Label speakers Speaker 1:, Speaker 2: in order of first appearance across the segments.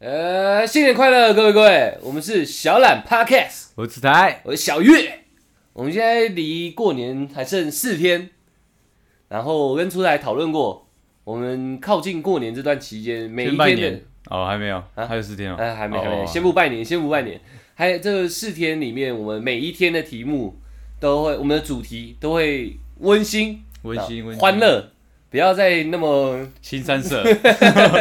Speaker 1: 呃，新年快乐，各位各位，我们是小懒 Podcast，
Speaker 2: 我是台，
Speaker 1: 我是小月。我们现在离过年还剩四天，然后我跟出来讨论过，我们靠近过年这段期间，每一
Speaker 2: 先拜
Speaker 1: 天的
Speaker 2: 年，哦，还没有，还有四天哦，
Speaker 1: 哎，还没，还
Speaker 2: 哦
Speaker 1: 没，先不拜年，先不拜年。还有这四天里面，我们每一天的题目都会，我们的主题都会温馨、
Speaker 2: 温馨温
Speaker 1: 啊
Speaker 2: 馨
Speaker 1: 欢乐，不要再那么。
Speaker 2: 新三色，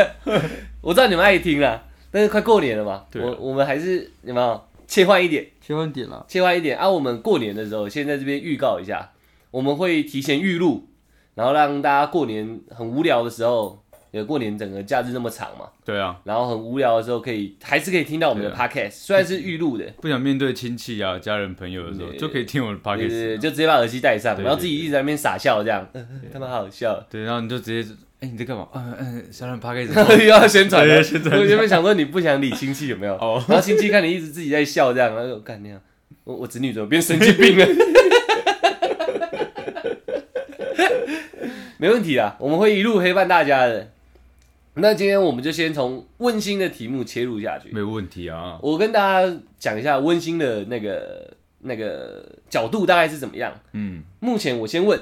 Speaker 1: 我知道你们爱听啦，但是快过年了嘛，
Speaker 2: 对啊
Speaker 1: 我我们还是有没有切换一点，
Speaker 3: 切换点了，
Speaker 1: 切换一点啊！我们过年的时候，先在这边预告一下，我们会提前预录，然后让大家过年很无聊的时候，呃，过年整个假日那么长嘛，
Speaker 2: 对啊，
Speaker 1: 然后很无聊的时候可以还是可以听到我们的
Speaker 2: 对啊
Speaker 1: podcast，、虽然是预录的，
Speaker 2: 不想面对亲戚啊、家人、朋友的时候，
Speaker 1: 对
Speaker 2: 就可以听我的
Speaker 1: 对对对，
Speaker 2: podcast，
Speaker 1: 就直接把耳机戴上，
Speaker 2: 对对
Speaker 1: 然后自己一直在那边傻笑，这样， 呃他们好笑，
Speaker 2: 对，然后你就直接，哎，你在干嘛？
Speaker 1: 啊
Speaker 2: 嗯嗯，小 冉 podcast，
Speaker 1: 又要宣传了
Speaker 2: 对宣。传
Speaker 1: 我原本想说你不想理亲戚有没有？
Speaker 2: 哦，
Speaker 1: 然后亲戚看你一直自己在笑这样，然后就干那样，我我侄女怎么变神经病了？ 没问题啦，我们会一路陪伴大家的。那今天我们就先从温馨的题目切入下去。
Speaker 2: 没有问题啊，
Speaker 1: 我跟大家讲一下温馨的那个那个角度大概是怎么样。
Speaker 2: 嗯，
Speaker 1: 目前我先问，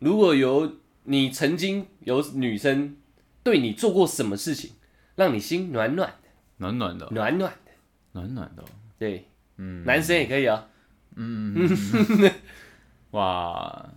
Speaker 1: 如果有你曾经有女生对你做过什么事情，让你心暖暖
Speaker 2: 暖暖的哦，
Speaker 1: 暖暖的，
Speaker 2: 暖暖的哦，
Speaker 1: 对，
Speaker 2: 嗯，
Speaker 1: 男生也可以啊、
Speaker 2: 哇，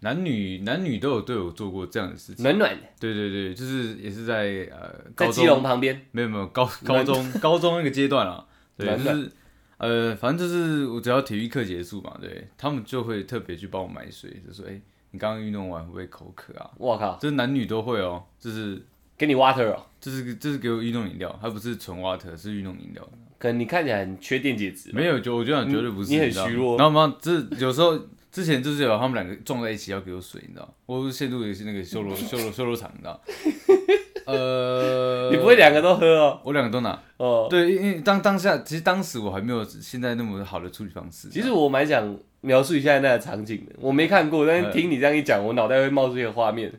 Speaker 2: 男女男女都有对我做过这样的事情，
Speaker 1: 暖暖的，
Speaker 2: 对对对，就是也是在呃
Speaker 1: 在
Speaker 2: 高
Speaker 1: 基隆
Speaker 2: 中，
Speaker 1: 旁边，
Speaker 2: 没有没有高高中 高中那个阶段啊，对，
Speaker 1: 暖
Speaker 2: 就
Speaker 1: 暖
Speaker 2: 是呃，反正就是我只要体育课结束嘛，对他们就会特别去帮我买水，就说哎、你刚刚运动完会不会口渴啊？
Speaker 1: 我靠，
Speaker 2: 就是男女都会哦，就是
Speaker 1: 给你 water 哦，
Speaker 2: 就是就是给我运动饮料，它不是纯 water，是运动饮料。
Speaker 1: 可能你看起来很缺电解质，
Speaker 2: 没有，就我就想绝对不是，
Speaker 1: 你很
Speaker 2: 知道
Speaker 1: 虚弱
Speaker 2: 然后嘛，这有时候之前就是有他们两个撞在一起要给我水，你知道，我陷入也是那个修罗 修罗修罗场，你知道。呃，
Speaker 1: 你不会两个都喝哦，
Speaker 2: 我两个都拿。
Speaker 1: 哦，
Speaker 2: 对，因因为当当下，其实当时我还没有现在那么好的处理方式。啊
Speaker 1: 其实我蛮想描述一下那个场景的，我没看过，
Speaker 2: 嗯
Speaker 1: 但是听你这样一讲，我脑袋会冒出一个画面，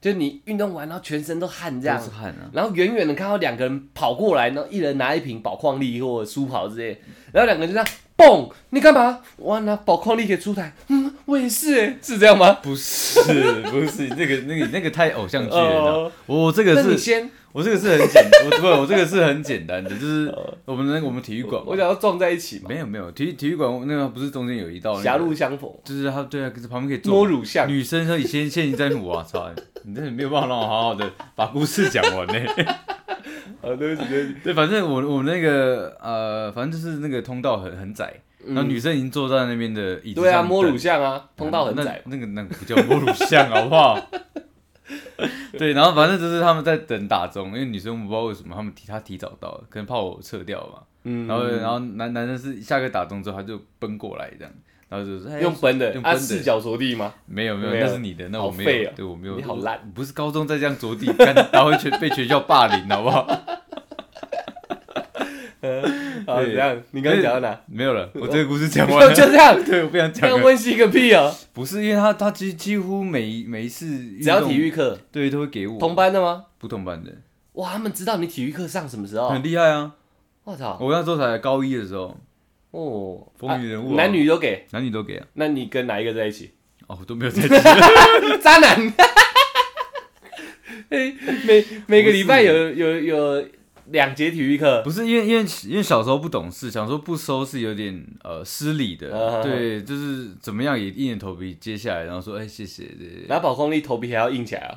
Speaker 1: 就你运动完，然后全身都汗这
Speaker 2: 这
Speaker 1: 样
Speaker 2: 是，汗啊，
Speaker 1: 然后远远的看到两个人跑过来，然后一人拿一瓶宝矿力或者舒跑之类，然后两个人就这样蹦，你干嘛？我要拿宝矿力给出台，嗯，我也是欸，是这样吗？
Speaker 2: 不是 不是，那个那个那个太偶像剧了你知道
Speaker 1: 哦。
Speaker 2: 我我这
Speaker 1: 那
Speaker 2: 个
Speaker 1: 你
Speaker 2: 是，
Speaker 1: 先，
Speaker 2: 我这个是很简，我不，我这个是很简单的， 就是我们哦那个我们体育馆嘛，
Speaker 1: 我想要撞在一起嘛，
Speaker 2: 没有没有体育体育馆那个不是中间有一道那个
Speaker 1: 狭路相逢，
Speaker 2: 就是他对啊，可是旁边可以
Speaker 1: 摸
Speaker 2: 坐
Speaker 1: 乳巷。
Speaker 2: 女生，说以先陷阱在我啊，操！你真的没有办法让我好好的把故事讲完呢。
Speaker 1: 啊，对不起，对不起。
Speaker 2: 对，反正我我那个呃，反正就是那个通道很很窄，然后女生已经坐在那边的椅子上
Speaker 1: 嗯
Speaker 2: 等。
Speaker 1: 对啊，摸乳巷啊，通道很
Speaker 2: 那
Speaker 1: 窄。
Speaker 2: 那个那个不叫摸乳巷，好 不好？对，然后反正就是他们在等打钟，因为女生我不知道为什么他们提他提早到了，可能怕我撤掉嘛。
Speaker 1: 嗯，
Speaker 2: 然后然后男男生是下课打钟之后他就奔过来这样，然后就是、哎
Speaker 1: 用奔的
Speaker 2: 用，
Speaker 1: 啊，
Speaker 2: 奔的
Speaker 1: 四脚着地吗？
Speaker 2: 没有没有，
Speaker 1: 没有
Speaker 2: 那是你的，那
Speaker 1: 好
Speaker 2: 我没
Speaker 1: 废
Speaker 2: 有，
Speaker 1: 哦
Speaker 2: 对我没有，
Speaker 1: 你好
Speaker 2: 我
Speaker 1: 烂，
Speaker 2: 我不是高中再这样着地，干然后学被学校霸凌，好不好？
Speaker 1: 啊，
Speaker 2: 对
Speaker 1: 怎样？你刚刚讲到哪？
Speaker 2: 没有了，我这个故事讲完
Speaker 1: 就
Speaker 2: 了，
Speaker 1: 就这样，
Speaker 2: 对，我不想
Speaker 1: 这
Speaker 2: 讲
Speaker 1: 样
Speaker 2: 了。
Speaker 1: 温习个屁哦！
Speaker 2: 不是因为他他几几乎每一每一次运动
Speaker 1: 只要体育课，
Speaker 2: 对都会给我
Speaker 1: 同班的吗？
Speaker 2: 不同班的，
Speaker 1: 哇，他们知道你体育课上什么时候
Speaker 2: 很？厉害啊！
Speaker 1: 我操！
Speaker 2: 我那时候才高一的时候，
Speaker 1: 哦，
Speaker 2: 风云人物
Speaker 1: 啊
Speaker 2: 啊
Speaker 1: 男女都给。
Speaker 2: 男女都给啊，
Speaker 1: 那你跟哪一个在一起？
Speaker 2: 哦，我都没有在一起
Speaker 1: 渣男。 哎，每每个礼拜有有有两节体育课，
Speaker 2: 不是因为因为因为小时候不懂事，想说不收是有点呃失礼
Speaker 1: 啊
Speaker 2: 的，对，就是怎么样也硬着头皮接下来，然后说哎谢谢，对对对
Speaker 1: 拿宝矿力头皮还要硬起来啊！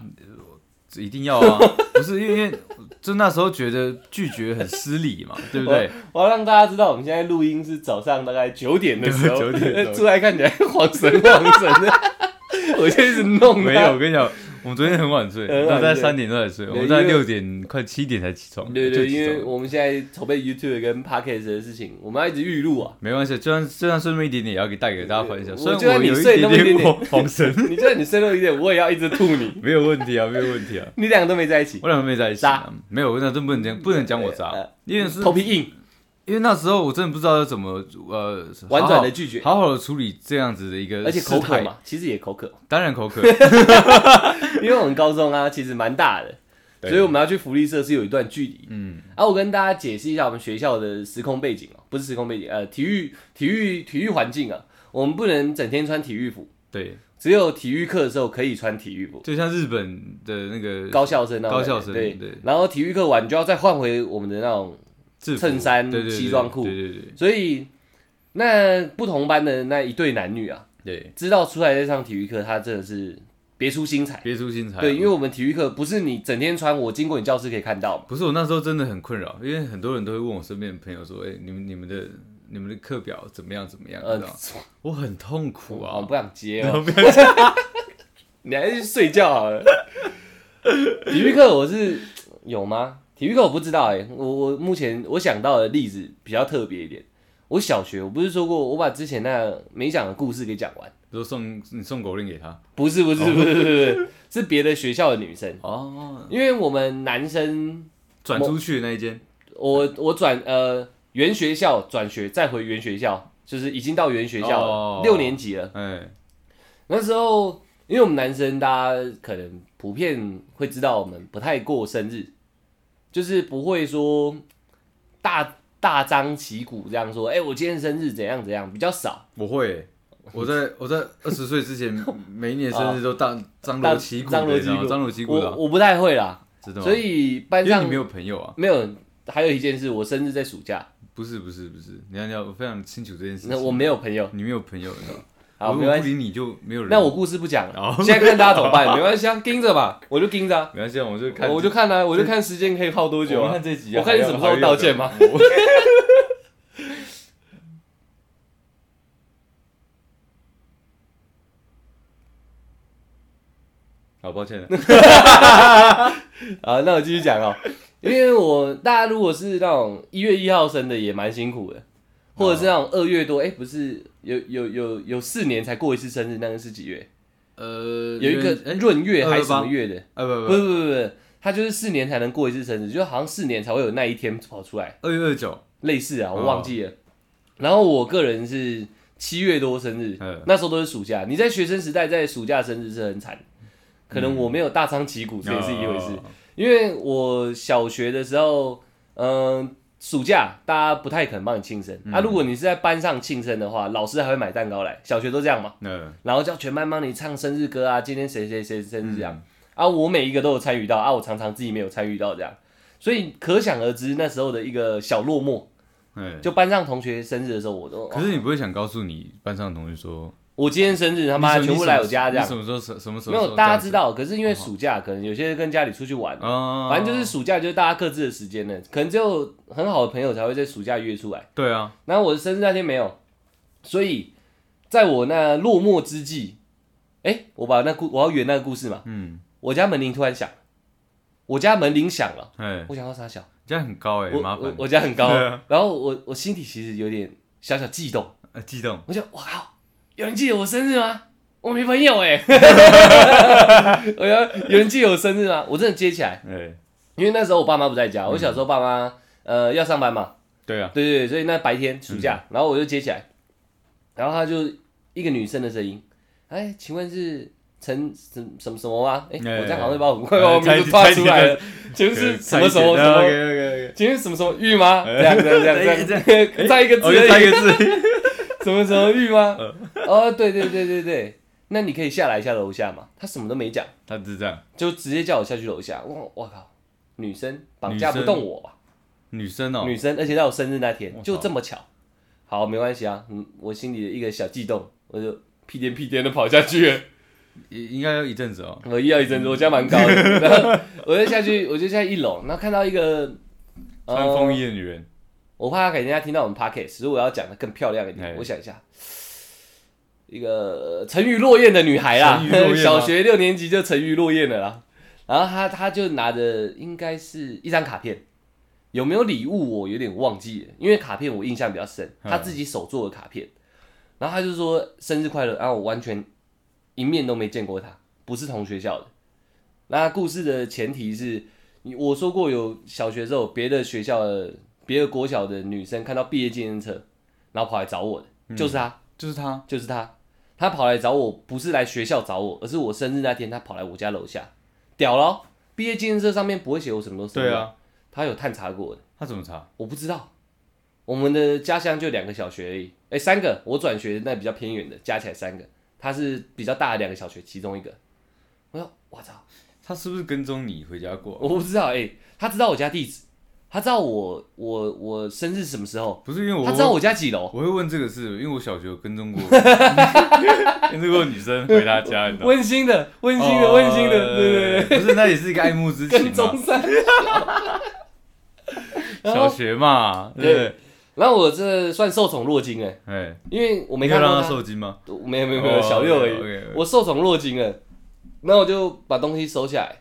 Speaker 2: 一定要啊， 不是因为因为就那时候觉得拒绝很失礼 嘛，对不对？
Speaker 1: 我要让大家知道，我们现在录音是早上大概九点的时候，
Speaker 2: 九点的时候
Speaker 1: 出来看起来晃神晃 神的，我就一直弄他
Speaker 2: 没有，我，跟你讲，我们昨天很晚 睡，
Speaker 1: 很晚睡
Speaker 2: 然后在三点多才睡，我
Speaker 1: 对
Speaker 2: 们在
Speaker 1: 因为
Speaker 2: 六点快七点才起床，
Speaker 1: 对对，
Speaker 2: 就
Speaker 1: 因
Speaker 2: 起床
Speaker 1: 为我们现在筹备 YouTube 跟 Podcast 的事情，我们要一直预录啊。
Speaker 2: 没关系，就算就算睡那么一点点，也要给带给大家欢笑。
Speaker 1: 我
Speaker 2: 虽然
Speaker 1: 就算
Speaker 2: 我
Speaker 1: 你
Speaker 2: 有一
Speaker 1: 睡那么一点
Speaker 2: 点
Speaker 1: 点
Speaker 2: 点黄神，
Speaker 1: 你就算你深入一点，我也要一直吐你。
Speaker 2: 没有问题啊，没有问题啊。
Speaker 1: 你两个都没在一起，
Speaker 2: 我两个没在一起啊，没有，我那真不能讲，不能讲我渣
Speaker 1: 对呃，
Speaker 2: 因为是
Speaker 1: 头皮硬，
Speaker 2: 因为那时候我真的不知道要怎么呃
Speaker 1: 婉
Speaker 2: 好
Speaker 1: 转
Speaker 2: 好
Speaker 1: 的拒绝，
Speaker 2: 好好的处理这样子的一个，
Speaker 1: 而且口渴，嘛，其实也口渴，
Speaker 2: 当然口渴，
Speaker 1: 因为我们高中啊，其实蛮大的。
Speaker 2: 对
Speaker 1: 所以我们要去福利社是有一段距离。
Speaker 2: 嗯，
Speaker 1: 啊，我跟大家解释一下我们学校的时空背景哦，不是时空背景，呃，体育体育体育环境啊，我们不能整天穿体育服，
Speaker 2: 对，
Speaker 1: 只有体育课的时候可以穿体育服。
Speaker 2: 就像日本的那个
Speaker 1: 高校生那种
Speaker 2: 高
Speaker 1: 感觉
Speaker 2: 校生
Speaker 1: 对，
Speaker 2: 对
Speaker 1: 然后体育课完你就要再换回我们的那种
Speaker 2: 制服
Speaker 1: 衬衫
Speaker 2: 对对对
Speaker 1: 西装裤
Speaker 2: 对对对
Speaker 1: 所以那不同班的那一对男女啊，
Speaker 2: 对，
Speaker 1: 知道出来在上体育课，他真的是别出心裁。
Speaker 2: 别出心裁。啊
Speaker 1: 对，因为我们体育课不是你整天穿，我经过你教室可以看到嘛。
Speaker 2: 不是我那时候真的很困扰，因为很多人都会问我身边的朋友说：“哎、你们你们的你们的课表怎么样怎么样？”
Speaker 1: 呃
Speaker 2: 你知道吗，我很痛苦
Speaker 1: 我
Speaker 2: 啊。
Speaker 1: 不想接哦， 你还是去睡觉好了。体育课我是有吗？体育课我不知道哎、我我目前我想到的例子比较特别一点。我小学我不是说过，我把之前那没讲的故事给讲完。
Speaker 2: 都送你送狗链给他
Speaker 1: 不是不是不是不是，不是是别的学校的女生，
Speaker 2: 哦，
Speaker 1: 因为我们男生
Speaker 2: 转出去的那一间
Speaker 1: 我我转呃原学校转学再回原学校，就是已经到原学校
Speaker 2: 哦
Speaker 1: 了，六、年级了。
Speaker 2: 哎，
Speaker 1: 那时候因为我们男生大家可能普遍会知道，我们不太过生日，就是不会说大大张旗鼓这样说，哎、我今天生日怎样怎样，比较少。
Speaker 2: 我会、我在我在二十岁之前，每一年生日都大张
Speaker 1: 大
Speaker 2: 罗旗鼓的，
Speaker 1: 哦张罗
Speaker 2: 你知道吗
Speaker 1: 旗鼓
Speaker 2: 张罗旗鼓的
Speaker 1: 我
Speaker 2: 啊，
Speaker 1: 我不太会啦，
Speaker 2: 知道吗？
Speaker 1: 所以班
Speaker 2: 因为
Speaker 1: 上
Speaker 2: 你没有朋友啊，
Speaker 1: 没有。还有一件事，我生日在暑假，
Speaker 2: 不是不是不是，你要你要我非常清楚这件事情。
Speaker 1: 那我没有朋友。
Speaker 2: 你没有朋友，你知道吗？
Speaker 1: 好，
Speaker 2: 我如
Speaker 1: 没
Speaker 2: 果
Speaker 1: 关
Speaker 2: 不
Speaker 1: 系。
Speaker 2: 理你就没有人。
Speaker 1: 那我故事不讲了
Speaker 2: 哦，
Speaker 1: 现在看大家怎么办，没关系啊，盯着吧，我就盯着啊，
Speaker 2: 没关系啊，我就看
Speaker 1: 我就看啊，我就看时间可以耗多久
Speaker 2: 我们
Speaker 1: 啊
Speaker 2: 看。这集、啊，
Speaker 1: 我看你什么时候道歉 吗？
Speaker 2: 好，抱歉了。
Speaker 1: 啊，那我继续讲哦， 因为我大家如果是那种一月一号生的，也蛮辛苦的，或者是那种二月多，哎，不是有有有有四年才过一次生日，那个是几月？
Speaker 2: 呃，
Speaker 1: 有一个
Speaker 2: 哎，
Speaker 1: 闰月还是什么
Speaker 2: 228
Speaker 1: 月的？
Speaker 2: 啊不
Speaker 1: 不
Speaker 2: 不
Speaker 1: 不不不，他就是四年才能过一次生日，就好像四年才会有那一天跑出来。
Speaker 2: 不，二月二九，
Speaker 1: 类似啊，我
Speaker 2: 哦
Speaker 1: 忘记了。然后我个人是七月多生日
Speaker 2: 嗯，
Speaker 1: 那时候都是暑假。你在学生时代在暑假生日是很惨，可能我没有大张旗鼓，这也是一回事。
Speaker 2: 哦
Speaker 1: 因为我小学的时候，嗯、暑假大家不太可能帮你庆生。
Speaker 2: 嗯
Speaker 1: 那、如果你是在班上庆生的话，老师还会买蛋糕来，小学都这样嘛。
Speaker 2: 那
Speaker 1: 然后叫全班帮你唱生日歌啊，今天谁谁谁生日这样、
Speaker 2: 嗯
Speaker 1: 啊，我每一个都有参与到啊，我常常自己没有参与到这样，所以可想而知那时候的一个小落寞。
Speaker 2: 哎，
Speaker 1: 就班上同学生日的时候，我都哦
Speaker 2: 可是你不会想告诉你班上的同学说，
Speaker 1: 我今天生日，他妈
Speaker 2: 你什么
Speaker 1: 全部来我家这
Speaker 2: 你
Speaker 1: 样
Speaker 2: 什。么时候什什么时候
Speaker 1: 没有，大家知道，可是因为暑假，可能有些跟家里出去玩，
Speaker 2: 啊，
Speaker 1: 反正就是暑假就是大家各自的时间了，可能只有很好的朋友才会在暑假约出来。
Speaker 2: 对啊，
Speaker 1: 然后我的生日那天没有，所以在我那落寞之际，哎，我把那故我要圆那个故事嘛，
Speaker 2: 嗯，
Speaker 1: 我家门铃突然响，我家门铃响了，
Speaker 2: 哎，
Speaker 1: 我想要傻小，
Speaker 2: 这样很高哎，
Speaker 1: 我
Speaker 2: 麻
Speaker 1: 我
Speaker 2: 烦，
Speaker 1: 我家很高
Speaker 2: 对啊，
Speaker 1: 然后我我心里其实有点小小悸动。
Speaker 2: 呃激动，
Speaker 1: 我就我靠，有人记得我生日吗？我没朋友哎、 我要有人记得我生日吗？我真的接起来，
Speaker 2: 哎，
Speaker 1: 因为那时候我爸妈不在家，我小时候爸妈呃要上班嘛，
Speaker 2: 对啊，
Speaker 1: 对对对，所以那白天暑假，然后我就接起来，然后他就一个女生的声音，哎，请问是陈什什么什么吗？哎，哎
Speaker 2: 哎
Speaker 1: 我这样好像会把我快把我 名字
Speaker 2: 猜
Speaker 1: 发
Speaker 2: 猜
Speaker 1: 出来了，请问是什么什么什么？
Speaker 2: ？OK
Speaker 1: 请问什么什么玉吗？这样这样这样哎这样，哦再一个
Speaker 2: OK，我
Speaker 1: 字
Speaker 2: 就
Speaker 1: 而已
Speaker 2: 猜一个字，
Speaker 1: 什么什么玉吗？
Speaker 2: 嗯
Speaker 1: 哦，对对对对对，那你可以下来一下楼下嘛。他什么都没讲，
Speaker 2: 他智障，
Speaker 1: 就直接叫我下去楼下。我我靠，女生绑架
Speaker 2: 女生
Speaker 1: 不动我吧？
Speaker 2: 女生哦，
Speaker 1: 女生，而且在我生日那天
Speaker 2: 我，操
Speaker 1: 就这么巧。好，没关系啊，嗯，我心里的一个小悸动，我就屁颠屁颠的跑下去 了。
Speaker 2: 应应该要一阵子哦，
Speaker 1: 我一要一阵子，我家蛮高 的，然后我就下去，我就下去一楼，然后看到一个呃
Speaker 2: 穿风衣的女人，
Speaker 1: 我怕给人家听到我们 podcast，如果我要讲的更漂亮一
Speaker 2: 哎
Speaker 1: 点，我想一下，一个呃沉鱼落雁的女孩啦
Speaker 2: 沉鱼落雁，吗
Speaker 1: 小学六年级就沉鱼落雁了啦。然后她她就拿着应该是一张卡片，有没有礼物我有点忘记了，因为卡片我印象比较深，
Speaker 2: 嗯
Speaker 1: 她自己手做的卡片。然后她就说生日快乐，然啊后我完全一面都没见过她，不是同学校的。那故事的前提是，你我说过有小学时候别的学校的别的国小的女生看到毕业纪念册，然后跑来找我的，就是她，
Speaker 2: 就是她，
Speaker 1: 就是她，她跑来找我不是来学校找我，而是我生日那天她跑来我家楼下，屌咯，毕业纪念册上面不会写我什么时候
Speaker 2: 对
Speaker 1: 生日，
Speaker 2: 啊，
Speaker 1: 他有探查过的，
Speaker 2: 他怎么查？
Speaker 1: 我不知道。我们的家乡就两个小学而已，哎，三个，我转学那比较偏远的，加起来三个，他是比较大的两个小学其中一个。我说我操，
Speaker 2: 他是不是跟踪你回家过？
Speaker 1: 我不知道，哎、他知道我家地址，他知道我我我生日什么时候，
Speaker 2: 不是因为我
Speaker 1: 他知道我家几楼，
Speaker 2: 我会问这个事，因为我小学有跟踪 过跟踪过女生回她家，你知道吗？
Speaker 1: 温馨的，温馨的，温馨的，对对对。
Speaker 2: 对，不是哦哎那也是一个爱慕之情
Speaker 1: 跟中
Speaker 2: 嘛，
Speaker 1: 山。然
Speaker 2: 小
Speaker 1: 后，
Speaker 2: 学嘛，对不
Speaker 1: 对
Speaker 2: 对？
Speaker 1: 然后我这算受宠若惊哎、
Speaker 2: 哎，
Speaker 1: 因为我没
Speaker 2: 你有
Speaker 1: 看
Speaker 2: 让
Speaker 1: 到
Speaker 2: 他受惊吗？
Speaker 1: 他，没有没有没有
Speaker 2: 哦
Speaker 1: 小六而
Speaker 2: OK，OK
Speaker 1: 已，我受宠若惊了。然后我就把东西收下来，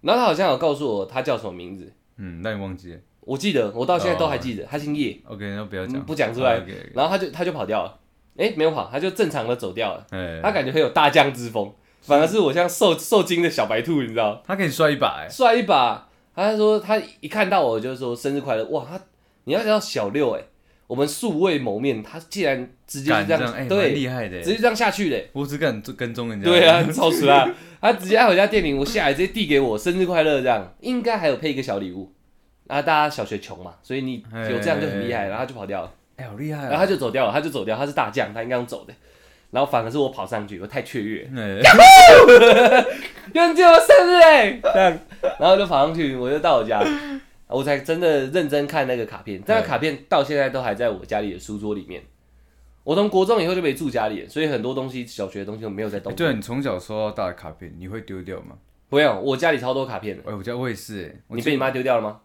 Speaker 1: 然后他好像有告诉我他叫什么名字，
Speaker 2: 嗯，那你忘记了
Speaker 1: 我记得我到现在都还记得，他姓叶，
Speaker 2: ？OK，那不要
Speaker 1: 嗯
Speaker 2: 哦讲，哦
Speaker 1: 不讲出来
Speaker 2: OK，OK，
Speaker 1: 然后他就他就跑掉了，哎没有跑，他就正常的走掉了，
Speaker 2: 哎，
Speaker 1: 他感觉很有大将之风，反而是我像受受惊的小白兔，你知道吗？
Speaker 2: 他给你摔一把，哎，
Speaker 1: 帅一把。他说他一看到我就说生日快乐，哇！他你要知道小六哎、我们素未谋面，他竟然直接就
Speaker 2: 敢
Speaker 1: 这样，
Speaker 2: 这样，哎，蛮
Speaker 1: 对，
Speaker 2: 厉害的，
Speaker 1: 直接
Speaker 2: 哎
Speaker 1: 这样下去嘞、
Speaker 2: 我只敢跟踪人家，
Speaker 1: 对啊，，超熟啦！他直接按我家店名，我下来直接递给我生日快乐这样，应该还有配一个小礼物。啊，大家小学穷嘛，所以你有这样就很厉害，然后他就跑掉了，
Speaker 2: 哎，好厉害
Speaker 1: 然后
Speaker 2: 啊，
Speaker 1: 他就走掉了，他就走掉，他是大将，他应该用走的，然后反而是我跑上去，我太雀跃了。
Speaker 2: 哎
Speaker 1: 有人记我生日哎， 这样，然后就跑上去，我就到我家，
Speaker 2: 嗯
Speaker 1: 我才真的认真看那个卡片。这个卡片到现在都还在我家里的书桌里面。我从国中以后就没住家里了，所以很多东西，小学的东西我没有在动。
Speaker 2: 对啊，你从小收到大的卡片，你会丢掉吗？
Speaker 1: 不用，我家里超多卡片的。
Speaker 2: 哎，我家我也是，哎，我
Speaker 1: 你被你妈丢掉了吗？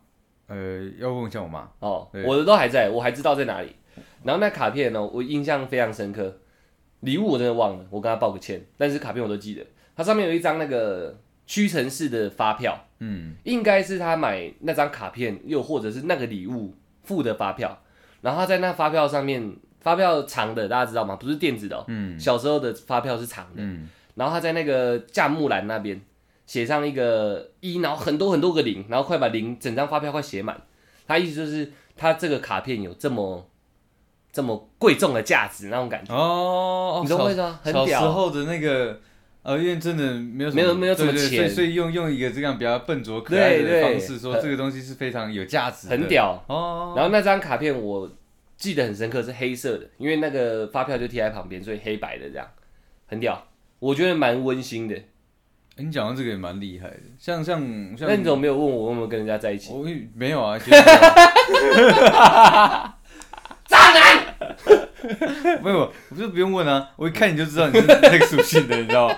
Speaker 2: 呃，要问一下我妈，
Speaker 1: 哦
Speaker 2: 对，
Speaker 1: 我的都还在，我还知道在哪里。然后那卡片呢，我印象非常深刻。礼物我真的忘了，我跟他道个歉，但是卡片我都记得。它上面有一张那个屈臣氏的发票，
Speaker 2: 嗯，
Speaker 1: 应该是他买那张卡片，又或者是那个礼物付的发票，然后他在那发票上面，发票长的大家知道吗？不是电子的、哦，
Speaker 2: 嗯
Speaker 1: 小时候的发票是长的，
Speaker 2: 嗯
Speaker 1: 然后他在那个价木栏那边写上一个一，然后很多很多个零，然后快把零整张发票快写满。他意思就是他这个卡片有这么这么贵重的价值那种感觉，
Speaker 2: 哦，哦
Speaker 1: 你懂我意
Speaker 2: 小
Speaker 1: 思吗？很
Speaker 2: 小时
Speaker 1: 屌。
Speaker 2: 候的那个，呃，因为真的没有什
Speaker 1: 没
Speaker 2: 么
Speaker 1: 有没有什么
Speaker 2: 对对
Speaker 1: 钱
Speaker 2: 所以所以用用一个这样比较笨拙可爱
Speaker 1: 对
Speaker 2: 的
Speaker 1: 对
Speaker 2: 方式说
Speaker 1: 很
Speaker 2: 这个东西是非常有价值的，
Speaker 1: 很屌
Speaker 2: 哦。
Speaker 1: 然后那张卡片我记得很深刻，是黑色的，因为那个发票就贴在旁边，所以黑白的这样，很屌，我觉得蛮温馨的。
Speaker 2: 诶你讲到这个也蛮厉害的，像像像
Speaker 1: 那你怎么没有问我有没有跟人家在一起？
Speaker 2: 我没有啊，其实
Speaker 1: 渣男！
Speaker 2: 没有，我就不用问啊，我一看你就知道你是那个属性的，你知 道吗？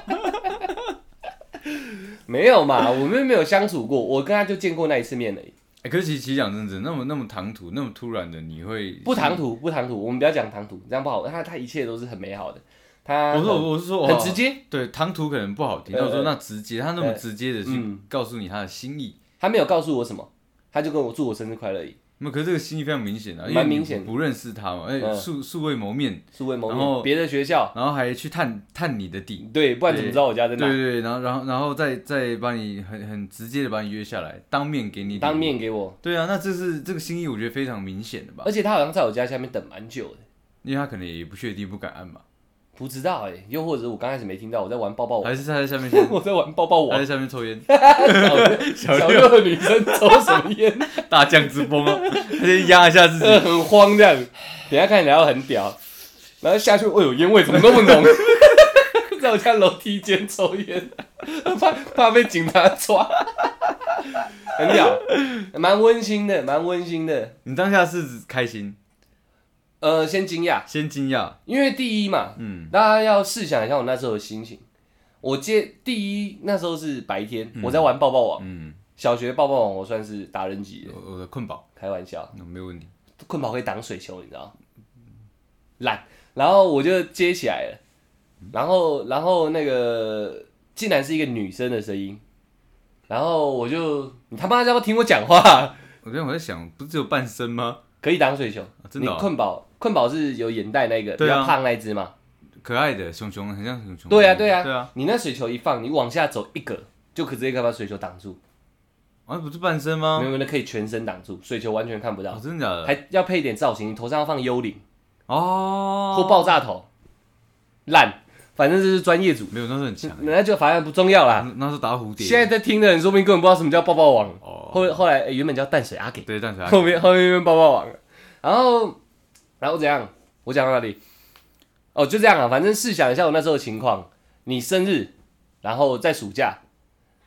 Speaker 1: 没有嘛，我们没有相处过，我跟他就见过那一次面而已，
Speaker 2: 诶哎可是其实其实讲真的，那么那么唐突，那么突然的，你会
Speaker 1: 不唐？突，不唐突，我们不要讲唐突，这样不好。他他一切都是很美好的，他
Speaker 2: 我
Speaker 1: 很
Speaker 2: 说我是说
Speaker 1: 很
Speaker 2: 哦
Speaker 1: 直接，
Speaker 2: 对，唐突可能不好听。
Speaker 1: 呃
Speaker 2: 那我说那直接，他那么
Speaker 1: 呃
Speaker 2: 直接的去
Speaker 1: 嗯
Speaker 2: 告诉你他的心意，
Speaker 1: 他没有告诉我什么，他就跟我祝我生日快乐而已，
Speaker 2: 那可是这个心意非常明显啊，因为
Speaker 1: 蛮
Speaker 2: 你
Speaker 1: 明显的
Speaker 2: 不认识他嘛，而且
Speaker 1: 嗯
Speaker 2: 素素未谋面，
Speaker 1: 素未谋
Speaker 2: 然后
Speaker 1: 面，别的学校，
Speaker 2: 然后还去探探你的底，
Speaker 1: 对，不然怎么知道我家在
Speaker 2: 对
Speaker 1: 哪？
Speaker 2: 对对，然后然后然后再再把你很很直接的把你约下来，当面给你
Speaker 1: 当
Speaker 2: 礼物，
Speaker 1: 面给我，
Speaker 2: 对啊，那这是这个心意，我觉得非常明显的吧，
Speaker 1: 而且他好像在我家下面等蛮久的。
Speaker 2: 因为他可能也不确定，不敢按嘛，
Speaker 1: 不知道哎、又或者我刚开始没听到，我在玩抱抱网，
Speaker 2: 还是他在下面先，
Speaker 1: 我在玩抱抱
Speaker 2: 他
Speaker 1: 网，
Speaker 2: 在下面抽烟，
Speaker 1: 小六的女生抽什么烟，
Speaker 2: 大将之风啊，他先压一下自己，
Speaker 1: 呃 很慌这样。等一下看起来很屌，然后下去，哎呦，烟味怎么那么浓？ 在我家楼梯间抽烟， 怕怕被警察抓， 很屌，蛮温馨的，蛮温馨的。
Speaker 2: 你当下是开心，
Speaker 1: 呃，先惊讶，
Speaker 2: 先惊讶，
Speaker 1: 因为第一嘛，
Speaker 2: 嗯
Speaker 1: 大家要试想一下我那时候的心情。我接第一那时候是白天，我在玩抱抱网。
Speaker 2: 嗯，
Speaker 1: 小学抱抱网我算是达人级的，
Speaker 2: 我我的困饱，
Speaker 1: 开玩笑，
Speaker 2: 那没有问题。
Speaker 1: 困宝可以挡水球，你知道吗？懒，然后我就接起来了，然后然后那个竟然是一个女生的声音，然后我就你他妈要不要听我讲话？
Speaker 2: 我刚才我在想，不是只有半身吗？
Speaker 1: 可以挡水球，
Speaker 2: 真的哦
Speaker 1: 你困宝困宝是有眼袋那个、比
Speaker 2: 对啊
Speaker 1: 较胖那一只嘛？
Speaker 2: 可爱的熊熊，很像熊熊。
Speaker 1: 对啊对啊
Speaker 2: 对啊，
Speaker 1: 你那水球一放，你往下走一格。就可直接可以把水球挡住，
Speaker 2: 啊不是半身吗
Speaker 1: 没？有没有，那可以全身挡住，水球完全看不
Speaker 2: 哦
Speaker 1: 到，，
Speaker 2: 真的假的？
Speaker 1: 还要配一点造型，你头上要放幽灵，
Speaker 2: 哦，
Speaker 1: 或爆炸头，烂，反正这是专业组，
Speaker 2: 没有，那时候很强欸，
Speaker 1: 那就反正不重要啦。
Speaker 2: 那那时候打蝴蝶。
Speaker 1: 现在在听的人，说不定根本不知道什么叫抱抱网。
Speaker 2: 哦，
Speaker 1: 后后来、欸原本叫淡水阿给，
Speaker 2: 对，淡水阿
Speaker 1: 后面后面变抱抱网了。然后然后怎样？我讲到哪里？哦，就这样啊。反正试想一下我那时候的情况：你生日，然后在暑假，